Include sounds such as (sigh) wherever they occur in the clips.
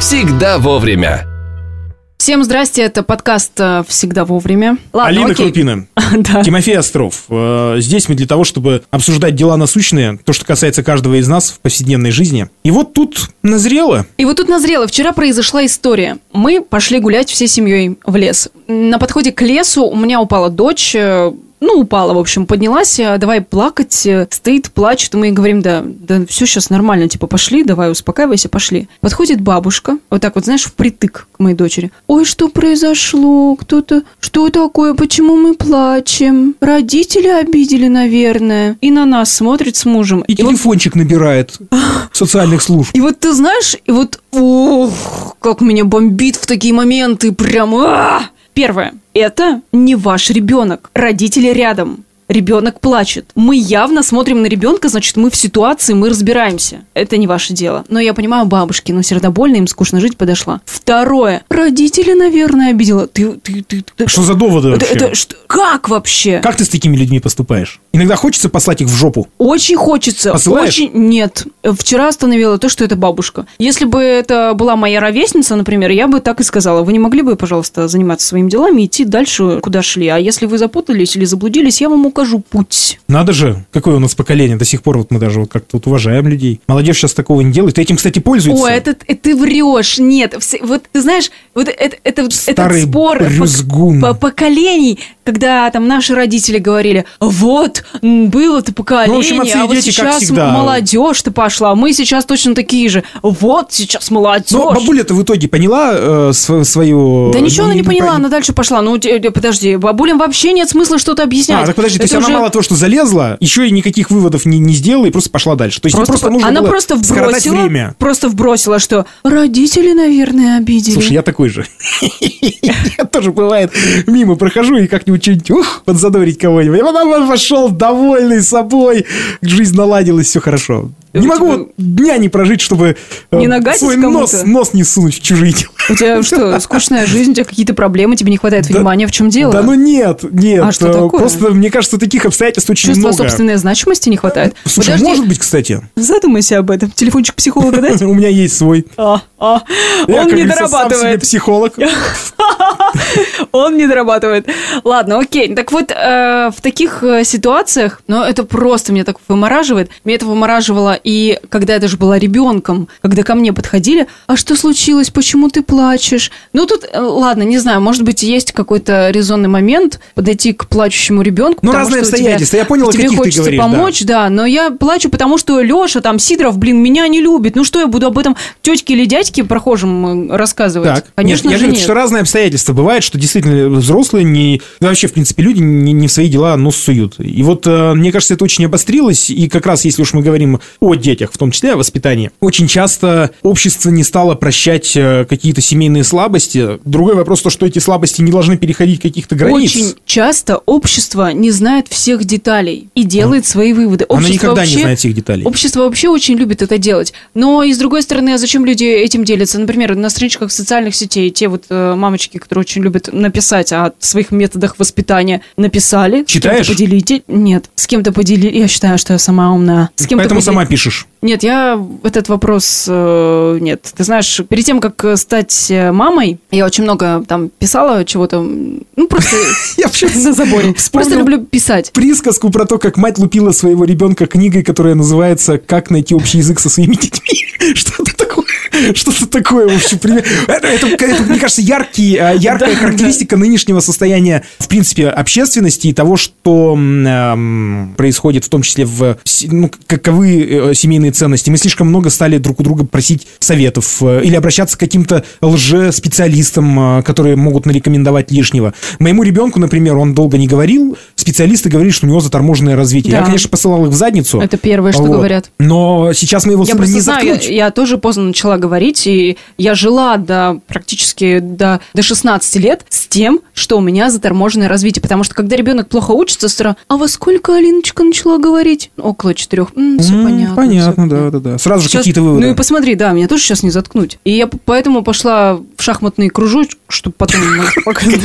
всегда вовремя. Всем здрасте, это подкаст э, «Всегда вовремя». Ладно, Алина А, окей. Крупина, (laughs) Да. Тимофей Остров. Э, Здесь мы для того, чтобы обсуждать дела насущные, то, что касается каждого из нас в повседневной жизни. И вот тут назрело. И вот тут назрело. Вчера произошла история. Мы пошли гулять всей семьей в лес. На подходе к лесу у меня упала дочь. э, Ну, упала, в общем, поднялась, э, давай плакать, э, стоит, плачет, мы ей говорим, да, да, все сейчас нормально, типа, пошли, давай, успокаивайся, пошли. Подходит бабушка, вот так вот, знаешь, впритык к моей дочери. Ой, что произошло? Кто-то... Что такое? Почему мы плачем? Родители обидели, наверное. И на нас смотрит с мужем. И И он (laughs) телефончик набирает социальных служб. и вот ты знаешь, и вот ох, как меня бомбит в такие моменты, прям а! Первое, это не ваш ребенок, родители рядом. Ребенок плачет. Мы явно смотрим на ребенка, значит, мы в ситуации, мы разбираемся. Это не ваше дело. Но я понимаю бабушки, но сердобольно, им скучно жить, подошла. Второе. Родители, наверное, обидела. Ты, ты, ты, ты- А Что за доводы это, вообще? это что- как вообще? Как ты с такими людьми поступаешь? Иногда хочется послать их в жопу. Очень хочется. Посылаешь? Очень нет. Вчера остановила то, что это бабушка. Если бы это была моя ровесница, например, я бы так и сказала. Вы не могли бы, пожалуйста, заниматься своими делами и идти дальше, куда шли. А если вы запутались или заблудились, я вам укажу путь. Надо же, какое у нас поколение до сих пор, вот мы даже вот как-то вот уважаем людей. Молодежь сейчас такого не делает. И Этим, кстати, пользуется. О, это, э, ты врешь. Нет, вс- вот ты знаешь, вот это, это, вот этот Старый спор э, пок- брюзгун. по- поколений, когда там наши родители говорили, вот, м, было-то поколение, Ну, отцы и а вот дети, как сейчас всегда. молодежь-то пошла, а мы сейчас точно такие же. Вот сейчас молодежь. Но бабуля-то в итоге поняла э, св- свою... Да ничего она не поняла, пон- она дальше пошла. Ну, те- те- подожди, бабулям вообще нет смысла что-то объяснять. А, так подожди, то есть Это она уже- мало того, что залезла, еще и никаких выводов не, не сделала и просто пошла дальше. То есть ей Просто, просто, нужно она было просто скоротать вбросила, время. просто вбросила, что родители, наверное, обидели. Слушай, я такой же. (laughs) Я тоже, бывает, мимо прохожу и как-нибудь что-нибудь ух, подзадорить кого-нибудь. Я пошел довольный собой, жизнь наладилась, все хорошо. И Не у могу тебя- вот дня не прожить, чтобы э, Не нагадить свой нос, кому-то? нос не сунуть в чужие дела. У тебя что, скучная жизнь, у тебя какие-то проблемы, тебе не хватает Да- внимания, в чем дело? Да ну нет, нет. А что э, такое? Просто, мне кажется, таких обстоятельств очень Чувство много. собственной значимости не хватает. Слушай, Подожди, может быть, кстати, (laughs) задумайся об этом. Телефончик психолога дать? у меня есть свой. А, а. Я, Он как не говорится, сам себе дорабатывает. (laughs) психолог. Он не дорабатывает. Ладно, окей. Так вот, э, в таких э, ситуациях, но это просто меня так вымораживает. Меня это вымораживало и когда я даже была ребенком, когда ко мне подходили, а что случилось, почему ты плачешь? Ну, тут, э, ладно, не знаю, может быть, есть какой-то резонный момент подойти к плачущему ребенку. Ну, потому разные что у тебя- обстоятельства. Я понял, о тебе каких ты хочется говоришь, да. помочь, да, но я плачу, потому что Леша, там, Сидоров, блин, меня не любит. Ну, что я буду об этом тетке или дядьке прохожим э, рассказывать? Так, Конечно нет, я же, говорю, нет. что разные обстоятельства. Бывает, что действительно взрослые не... да вообще, в принципе, люди не, не в свои дела нос суют. И вот, э, мне кажется, это очень обострилось. И как раз, если уж мы говорим о детях, в том числе о воспитании, очень часто общество не стало прощать э, какие-то семейные слабости. Другой вопрос, то, что эти слабости не должны переходить каких-то границ. Очень часто общество не знает всех деталей и делает свои выводы. Оно Общество никогда вообще- не знает всех деталей. Общество вообще очень любит это делать. Но и с другой стороны, а зачем люди этим делятся? Например, на страничках социальных сетей те вот э, мамочки, которые очень любят написать о своих методах воспитания, написали. Читаешь? С кем-то поделите. Нет. С кем-то поделили. Я считаю, что я сама умная. С кем-то Поэтому подели- сама пишешь. Нет, я этот вопрос э, нет. Ты знаешь, перед тем, как э, стать э, мамой, я очень много там писала чего-то. м, Ну, просто (laughs) Я вообще (laughs) на заборе. вспомнил. Просто люблю писать. Присказку про то, как мать лупила своего ребенка книгой, которая называется «Как найти общий язык со своими детьми». (laughs) Что-то такое. Что-то такое, в общем, пример. Это, это, это, мне кажется, яркий, а, яркая характеристика нынешнего состояния, в принципе, общественности и того, что м, эм, происходит, в том числе в се- ну, каковы э, семейные ценности. Мы слишком много стали друг у друга просить советов э, или обращаться к каким-то лже-специалистам, э, которые могут нарекомендовать лишнего. Моему ребенку, например, он долго не говорил, специалисты говорили, что у него заторможенное развитие. Я, Да. конечно, посылал их в задницу. Это первое, что А Вот. говорят. Но сейчас мы его Я сына просто не знаю, я, заткнуть. я тоже поздно начала говорить, и я жила до практически до, до 16 лет с тем, что у меня заторможенное развитие. Потому что когда ребенок плохо учится, сразу, а во сколько Алиночка начала говорить? Около четырех. все М, понятно. Понятно, всё да, да, да. Сразу же Сейчас- какие-то выводы. Ну и посмотри, да, меня тоже сейчас не заткнуть. И я п- поэтому пошла в шахматный кружочек, чтобы потом немножко показать.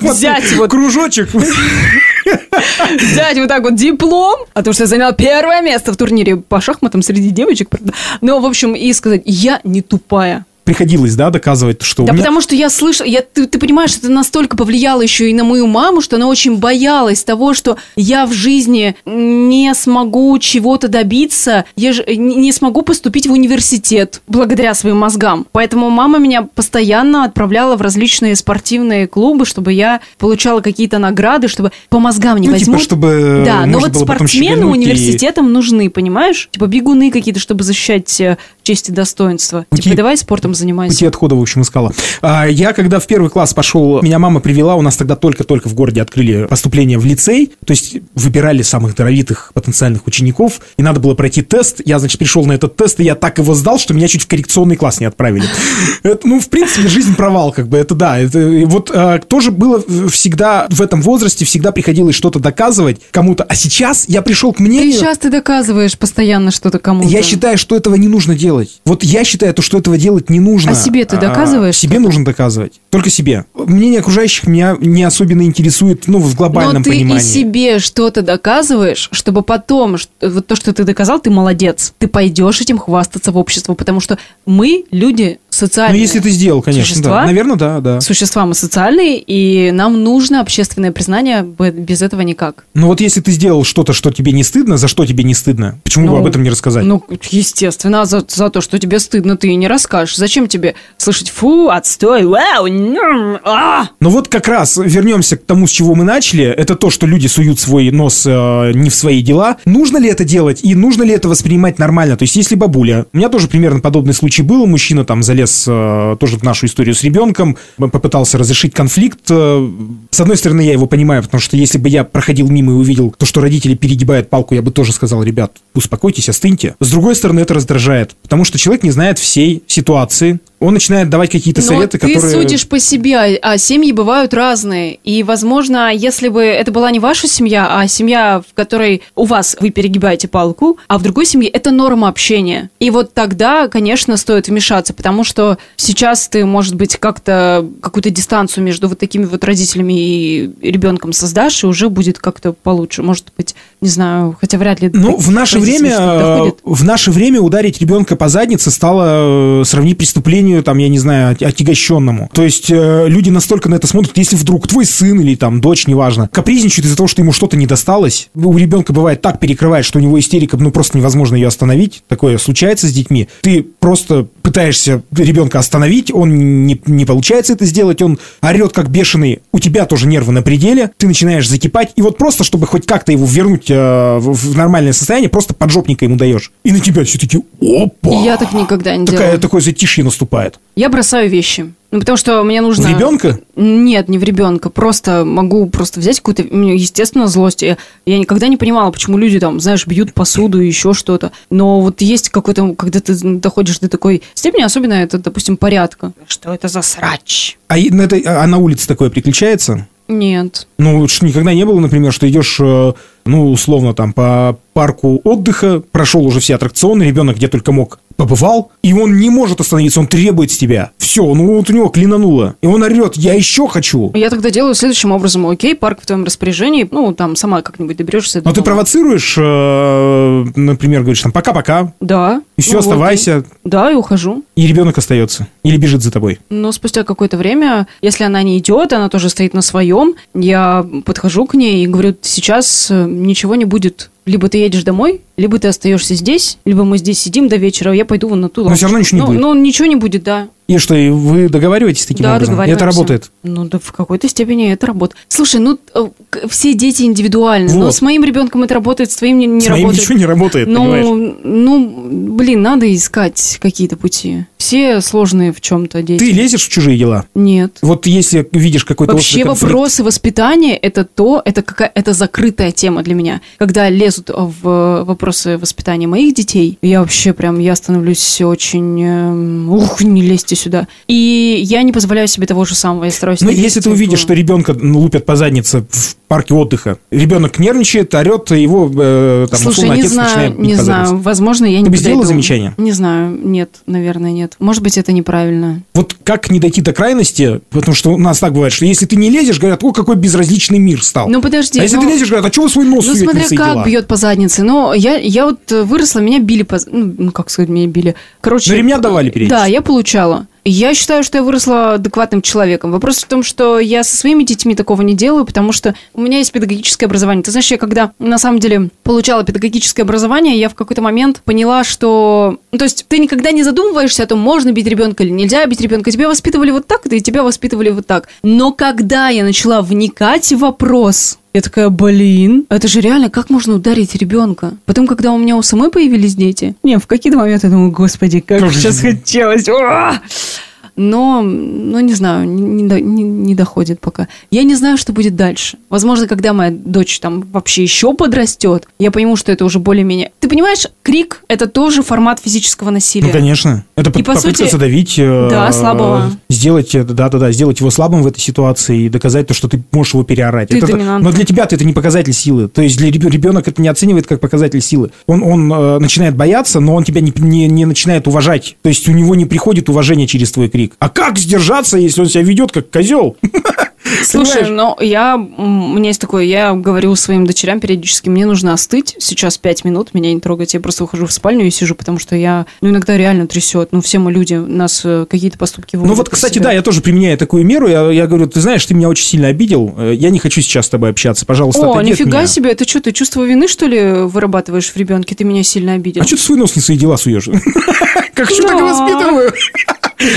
взять вот, (laughs) Кружочек. взять вот так вот диплом, а то, что я заняла первое место в турнире по шахматам среди девочек. правда. Ну, в общем, и сказать, я не тупая. приходилось, да, доказывать, что Да у меня... потому что я слышала, я, ты, ты понимаешь, это настолько повлияло еще и на мою маму, что она очень боялась того, что я в жизни не смогу чего-то добиться, я ж- э, не не смогу поступить в университет благодаря своим мозгам. Поэтому мама меня постоянно отправляла в различные спортивные клубы, чтобы я получала какие-то награды, чтобы по мозгам не ну, возьмут. типа, чтобы Да, но можно вот было потом спортсмены щеголять и- университетам нужны, понимаешь? Типа бегуны какие-то, чтобы защищать э, честь и достоинство. Пути- Типа давай ну, спортом занимайся. Пути отхода, в общем, искала. А, Я, когда в первый класс пошел, меня мама привела, у нас тогда только-только в городе открыли поступление в лицей, то есть выбирали самых даровитых потенциальных учеников, и надо было пройти тест. Я, значит, пришел на этот тест, и я так его сдал, что меня чуть в коррекционный класс не отправили. (laughs) Это, ну, в принципе, жизнь провал, как бы, это да. Это, и вот а, тоже было в- всегда в этом возрасте, всегда приходилось что-то доказывать кому-то. А сейчас я пришел к Ты мнению... сейчас ты доказываешь постоянно что-то кому-то. Я считаю, что этого не нужно делать. Вот я считаю, то, что этого делать не нужно. А себе ты доказываешь себе нужно доказывать. Только себе. Мнение окружающих меня не особенно интересует, ну, в глобальном Но ты понимании. и себе что-то доказываешь, чтобы потом ш- вот то, что ты доказал, ты молодец. Ты пойдешь этим хвастаться в обществу, потому что мы люди Ну, социальные. если ты сделал, конечно, да. существа? Наверное, да, да. Существа мы социальные, и нам нужно общественное признание, б- без этого никак. Но Ну, вот если ты сделал что-то, что тебе не стыдно, за что тебе не стыдно, почему бы Ну, об этом не рассказать? Ну, естественно, а за, за то, что тебе стыдно, ты и не расскажешь. Зачем тебе слышать «фу, отстой, вау, ням, а!» Но вот как раз вернемся к тому, с чего мы начали. Это то, что люди суют свой нос э, не в свои дела. Нужно ли это делать и нужно ли это воспринимать нормально? То есть, если бабуля, у меня тоже примерно подобный случай был, мужчина там залез э, тоже в нашу историю с ребенком, м, попытался разрешить конфликт. Э, с одной стороны, я его понимаю, потому что если бы я проходил мимо и увидел то, что родители перегибают палку, я бы тоже сказал, ребят, успокойтесь, остыньте. С другой стороны, это раздражает, потому что человек не знает всей ситуации. Он начинает давать какие-то Но советы, Ну ты которые... судишь по себе, а- а семьи бывают разные. И, возможно, если бы это была не ваша семья, а семья, в которой у вас вы перегибаете палку, а в другой семье это норма общения. И вот тогда, конечно, стоит вмешаться, потому что сейчас ты, может быть, как-то какую-то дистанцию между вот такими вот родителями и ребенком создашь, и уже будет как-то получше. Может быть, не знаю, хотя вряд ли. Ну, до в наше родителей время, что-то э, доходит. в наше время ударить ребенка по заднице стало э, сравнить преступлению, там, я не знаю, от- отягощенному. То есть э, люди настолько на это смотрят, если вдруг твой сын или там дочь, неважно, капризничает из-за того, что ему что-то не досталось. У ребенка бывает так перекрывает, что у него истерика, ну просто невозможно ее остановить. Такое э, случается с детьми. Ты просто пытаешься ребенка остановить, он не, не получается это сделать, он орет как бешеный, у тебя тоже нервы на пределе, ты начинаешь закипать, и вот просто, чтобы хоть как-то его вернуть э, в, в нормальное состояние, просто поджопника ему даешь. И на тебя все таки опа! Я так никогда не э, Такая, делала. такое затишье наступает. Я бросаю вещи. Ну, потому что мне нужно... В ребенка? Нет, не в ребенка. Просто могу просто взять какую-то, ну, естественно, злость. Я, я никогда не понимала, почему люди там, знаешь, бьют посуду и еще что-то. Но вот есть какой-то, когда ты доходишь до такой степени, особенно это, допустим, порядка. Что это за срач? А, и на этой- а на улице такое приключается? Нет. Ну, вот ж никогда не было, например, что идешь, э, ну, условно, там, по парку отдыха, прошел уже все аттракционы, ребенок где только мог побывал, и он не может остановиться, он требует с тебя. Все, ну вот у него клинануло. И он орет, я еще хочу. Я тогда делаю следующим образом. Окей, парк в твоем распоряжении. Ну, там сама как-нибудь доберешься. Но Ну, ты права. провоцируешь, э, например, говоришь там пока-пока, Да. и все, Ну, вот оставайся, и- Да, и ухожу. и ребенок остается. Или бежит за тобой. Но спустя какое-то время, если она не идет, она тоже стоит на своем, я подхожу к ней и говорю, сейчас э, ничего не будет. Либо ты едешь домой, либо ты остаешься здесь, либо мы здесь сидим до вечера, а я пойду вон на ту Но лавочку». всё равно ничего не Ну, будет. Ну, ничего не будет, да. И что, и вы договариваетесь таким да, образом? И договариваемся. это работает. Ну, да, в какой-то степени это работает. Слушай, ну, э, к- все дети индивидуальны. Но Вот. с моим ребенком это работает, с твоим не, не С моим работает. ничего не (laughs) работает, понимаешь? ну, ну, блин, надо искать какие-то пути. Все сложные в чем-то дети. Ты лезешь в чужие дела. Нет. Вот если видишь какой-то острый Вообще конфликт, вопросы воспитания это то, это какая это закрытая тема для меня. Когда лезут в вопросы воспитания моих детей, я вообще прям я становлюсь очень эм, ух, не лезьте сюда. И я не позволяю себе того же самого. Я стараюсь. Ну, не лезть если ты в- увидишь, что ребенка лупят по заднице в парке отдыха, ребенок нервничает, орет, и его э, там, Слушай, условно, не отец знаю, начинает бить не по знаю, заднице. возможно, я не Ты бы сделала подойду. замечание? Не знаю, нет, наверное, нет. Может быть, это неправильно. Вот как не дойти до крайности, потому что у нас так бывает, что если ты не лезешь, говорят, о, какой безразличный мир стал. Ну подожди. а если ну- ты лезешь, говорят, а чего вы свой нос Ну, суете в смотря свои как дела? бьет по заднице. Но я, я вот э, выросла, меня били по... з- Ну, ну, как сказать, меня били. Короче... Ну, ремня давали периодически. Да, я получала. Я считаю, что я выросла адекватным человеком. Вопрос в том, что я со своими детьми такого не делаю, потому что у меня есть педагогическое образование. Ты знаешь, я когда на самом деле получала педагогическое образование, я в какой-то момент поняла, что... Ну, то есть ты никогда не задумываешься о том, можно бить ребенка или нельзя бить ребенка. Тебя воспитывали вот так, да и тебя воспитывали вот так. Но когда я начала вникать в вопрос, я такая, блин, это же реально, как можно ударить ребенка? Потом, когда у меня у самой появились дети, не, в какие-то моменты я думаю, господи, как Тоже сейчас не- хотелось. ура!» Но, ну, не знаю, не, не до- не- не доходит пока. Я не знаю, что будет дальше. Возможно, когда моя дочь там вообще еще подрастет, я пойму, что это уже более-менее... Ты понимаешь, крик – это тоже формат физического насилия. Ну, конечно. Это Э, И, по по попытка сути, задавить... э, да, слабого. Сделать, э, да-да-да, сделать его слабым в этой ситуации и доказать то, что ты можешь его переорать. Ты Это- доминант. но для тебя это не показатель силы. То есть для ребё- ребенок это не оценивает как показатель силы. Он, он э, начинает бояться, но он тебя не, не- не начинает уважать. То есть у него не приходит уважение через твой крик. А как сдержаться, если он себя ведет как козел? Слушай, Понимаешь? но я, м, у меня есть такое, я говорю своим дочерям периодически, мне нужно остыть, сейчас пять минут, меня не трогайте, я просто ухожу в спальню и сижу, потому что я, ну, иногда реально трясет, ну, все мы люди, у нас э, какие-то поступки Ну вот, кстати, да, я тоже применяю такую меру. Я, я говорю, ты знаешь, ты меня очень сильно обидел. э, Я не хочу сейчас с тобой общаться. Пожалуйста, О, отойди от нифига меня». себе, это что, ты чувство вины, что ли, вырабатываешь в ребенке? Ты меня сильно обидел. А что ты свой нос не свои дела суешь? (laughs) Как что так Да. воспитываю?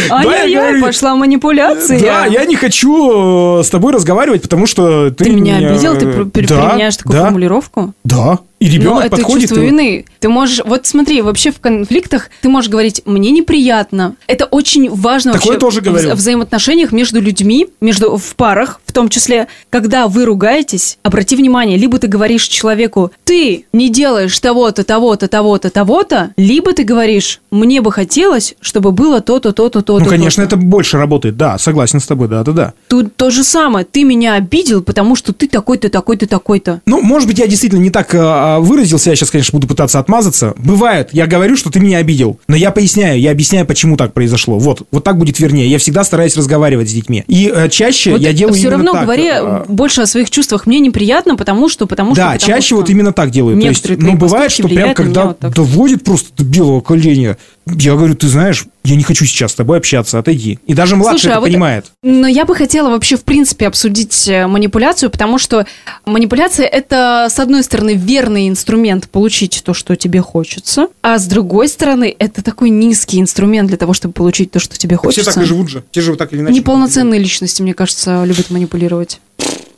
да, я Ай-яй-яй, говорю- пошла манипуляция. Да, я не хочу э, с тобой разговаривать, потому что ты... Ты меня обидел, ты э, пр- пер- да, применяешь такую да, формулировку? Ну, а Да, и Но ребенок это подходит... чувство и- вины. Ты можешь, вот смотри, вообще в конфликтах ты можешь говорить «мне неприятно». Это очень важно Такое вообще тоже в говорю. вза- взаимоотношениях между людьми, между в парах, в том числе, когда вы ругаетесь, обрати внимание, либо ты говоришь человеку «ты не делаешь того-то, того-то, того-то, того-то», либо ты говоришь «мне бы хотелось, чтобы было то-то, то-то, то-то». Ну, конечно, то-то». это больше работает, да, согласен с тобой, да-да-да. Тут то же самое. Ты меня обидел, потому что ты такой-то, такой-то, такой-то. Ну, может быть, я действительно не так э, выразился, я сейчас, конечно, буду пытаться отмазаться. Бывает, я говорю, что ты меня обидел, но я поясняю, я объясняю, почему так произошло. Вот, вот так будет вернее. Я всегда стараюсь разговаривать с детьми. И э, чаще я делаю все именно равно так, говори э, больше о своих чувствах. Мне неприятно, потому что, потому что. да, потому чаще что. вот именно так делают. То есть, Некоторые твои ну, бывает, поступки что прям влияют на когда меня вот так. доводит просто до белого коленя, я говорю, ты знаешь, я не хочу сейчас с тобой общаться, отойди. И даже младший Слушай, а это вот- понимает. Но я бы хотела вообще в принципе обсудить э, манипуляцию, потому что манипуляция это с одной стороны верный инструмент получить то, что тебе хочется, а с другой стороны это такой низкий инструмент для того, чтобы получить то, что тебе хочется. живут же. Те же вот так или Неполноценные личности, мне кажется, любят манипулировать.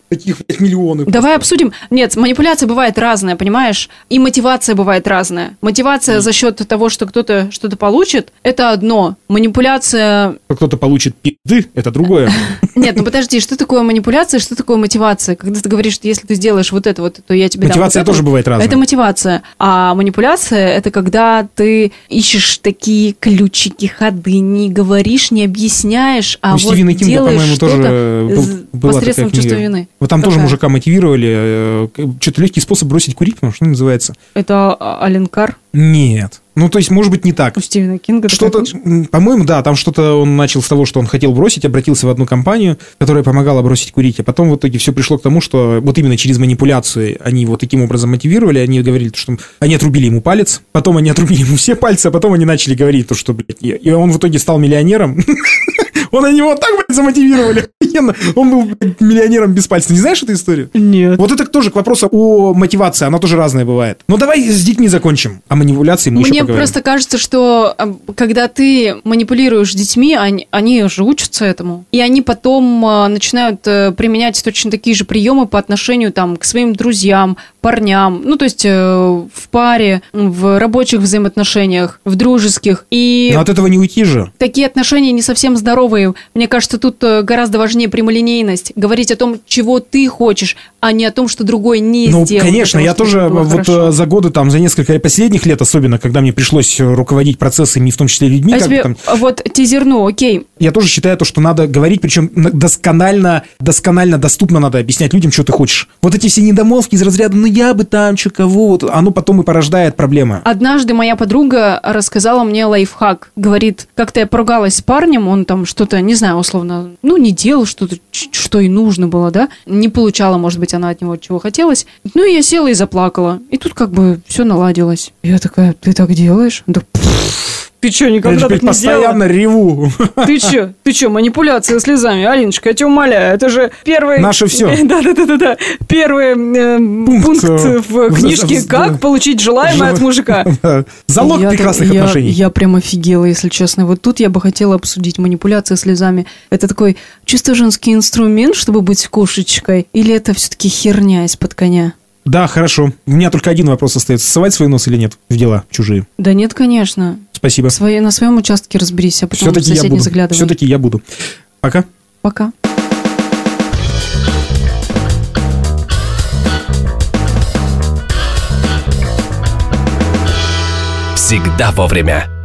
Таких миллионы. Давай обсудим. Нет, манипуляция бывает разная, понимаешь? И мотивация бывает разная. Мотивация за счет того, что кто-то что-то получит, это одно. (laughs) Манипуляция... Кто-то получит пизды, (laughs) это другое. Нет, ну подожди, что такое манипуляция, что такое мотивация? Когда ты говоришь, что если ты сделаешь вот это вот, то я тебе дам Мотивация вот это тоже вот. бывает разная. Это мотивация. А манипуляция – это когда ты ищешь такие ключики, ходы, не говоришь, не объясняешь, а У вот Ну, Стивена Кинга, делаешь по-моему, тоже что-то э, был- з- была посредством такая книга. чувства вины. Вот там тоже Какая? мужика мотивировали. э, Что-то легкий способ бросить курить, потому что ну, называется. Это а, Аленкар Нет. Ну, то есть, может быть, не так. у Стивена Кинга. такая Что-то, книжка. м, по-моему, да, там что-то он начал с того, что он хотел бросить, обратился в одну компанию, которая помогала бросить курить, а потом в итоге все пришло к тому, что вот именно через манипуляции они его таким образом мотивировали, они говорили, что они отрубили ему палец, потом они отрубили ему все пальцы, а потом они начали говорить то, что, блядь, я- и он в итоге стал миллионером. (laughs) Он они его так, блядь, замотивировали. Охуенно. Он был, блядь, миллионером без пальца. Не знаешь эту историю? Нет. Вот это тоже к вопросу о мотивации, она тоже разная бывает. Но давай с детьми закончим. О манипуляции мы еще Мне поговорим. просто кажется, что а, когда ты манипулируешь детьми, они, они же учатся этому. И они потом а, начинают э, применять точно такие же приемы по отношению там, к своим друзьям, парням, ну то есть э, в паре, в рабочих взаимоотношениях, в дружеских. И Но от этого не уйти же. такие отношения не совсем здоровые. Мне кажется, тут э, гораздо важнее прямолинейность. Говорить о том, чего ты хочешь, а не о том, что другой не Ну, сделал. для конечно, того, я чтобы тоже было вот хорошо. э, за годы, там, за несколько последних лет особенно, когда мне пришлось э, руководить процессами, в том числе людьми, А я как бы тебе там, вот тизерну, окей, я тоже считаю то, что надо говорить, причем на- досконально, досконально, доступно надо объяснять людям, что ты хочешь. Вот эти все недомолвки из разряда, ну я бы там, что кого, вот, оно потом и порождает проблемы. Однажды моя подруга рассказала мне лайфхак. Говорит, как-то я поругалась с парнем, он там что-то, не знаю, условно, ну, не делал что-то, ч- что и нужно было, да? Не получала, может быть, она от него чего хотелось. Ну, и я села и заплакала. И тут как бы все наладилось. Я такая, ты так делаешь? Он так, «Пф, А Ты что, никогда я так теперь не делала? постоянно реву. Ты что? Ты что, манипуляция слезами? Алиночка, я тебя умоляю, это же первый... (laughs) Наше всё. Да-да-да-да. Первый э, Пункт, пункт э, в в- книжке в- «Как получить желаемое от мужика». (laughs) Да. Залог Я- прекрасных я- отношений. Я прям офигела, если честно. Вот тут я бы хотела обсудить манипуляции слезами. Это такой чисто женский инструмент, чтобы быть кошечкой? Или это все-таки херня из-под коня? Да, хорошо. У меня только один вопрос остается. Совать свой нос или нет в дела чужие? Да нет, конечно. Спасибо. Свои- на своем участке разберись, а потом в Все-таки я соседний буду. заглядывай. Все-таки я буду. Пока. Пока. Всегда вовремя.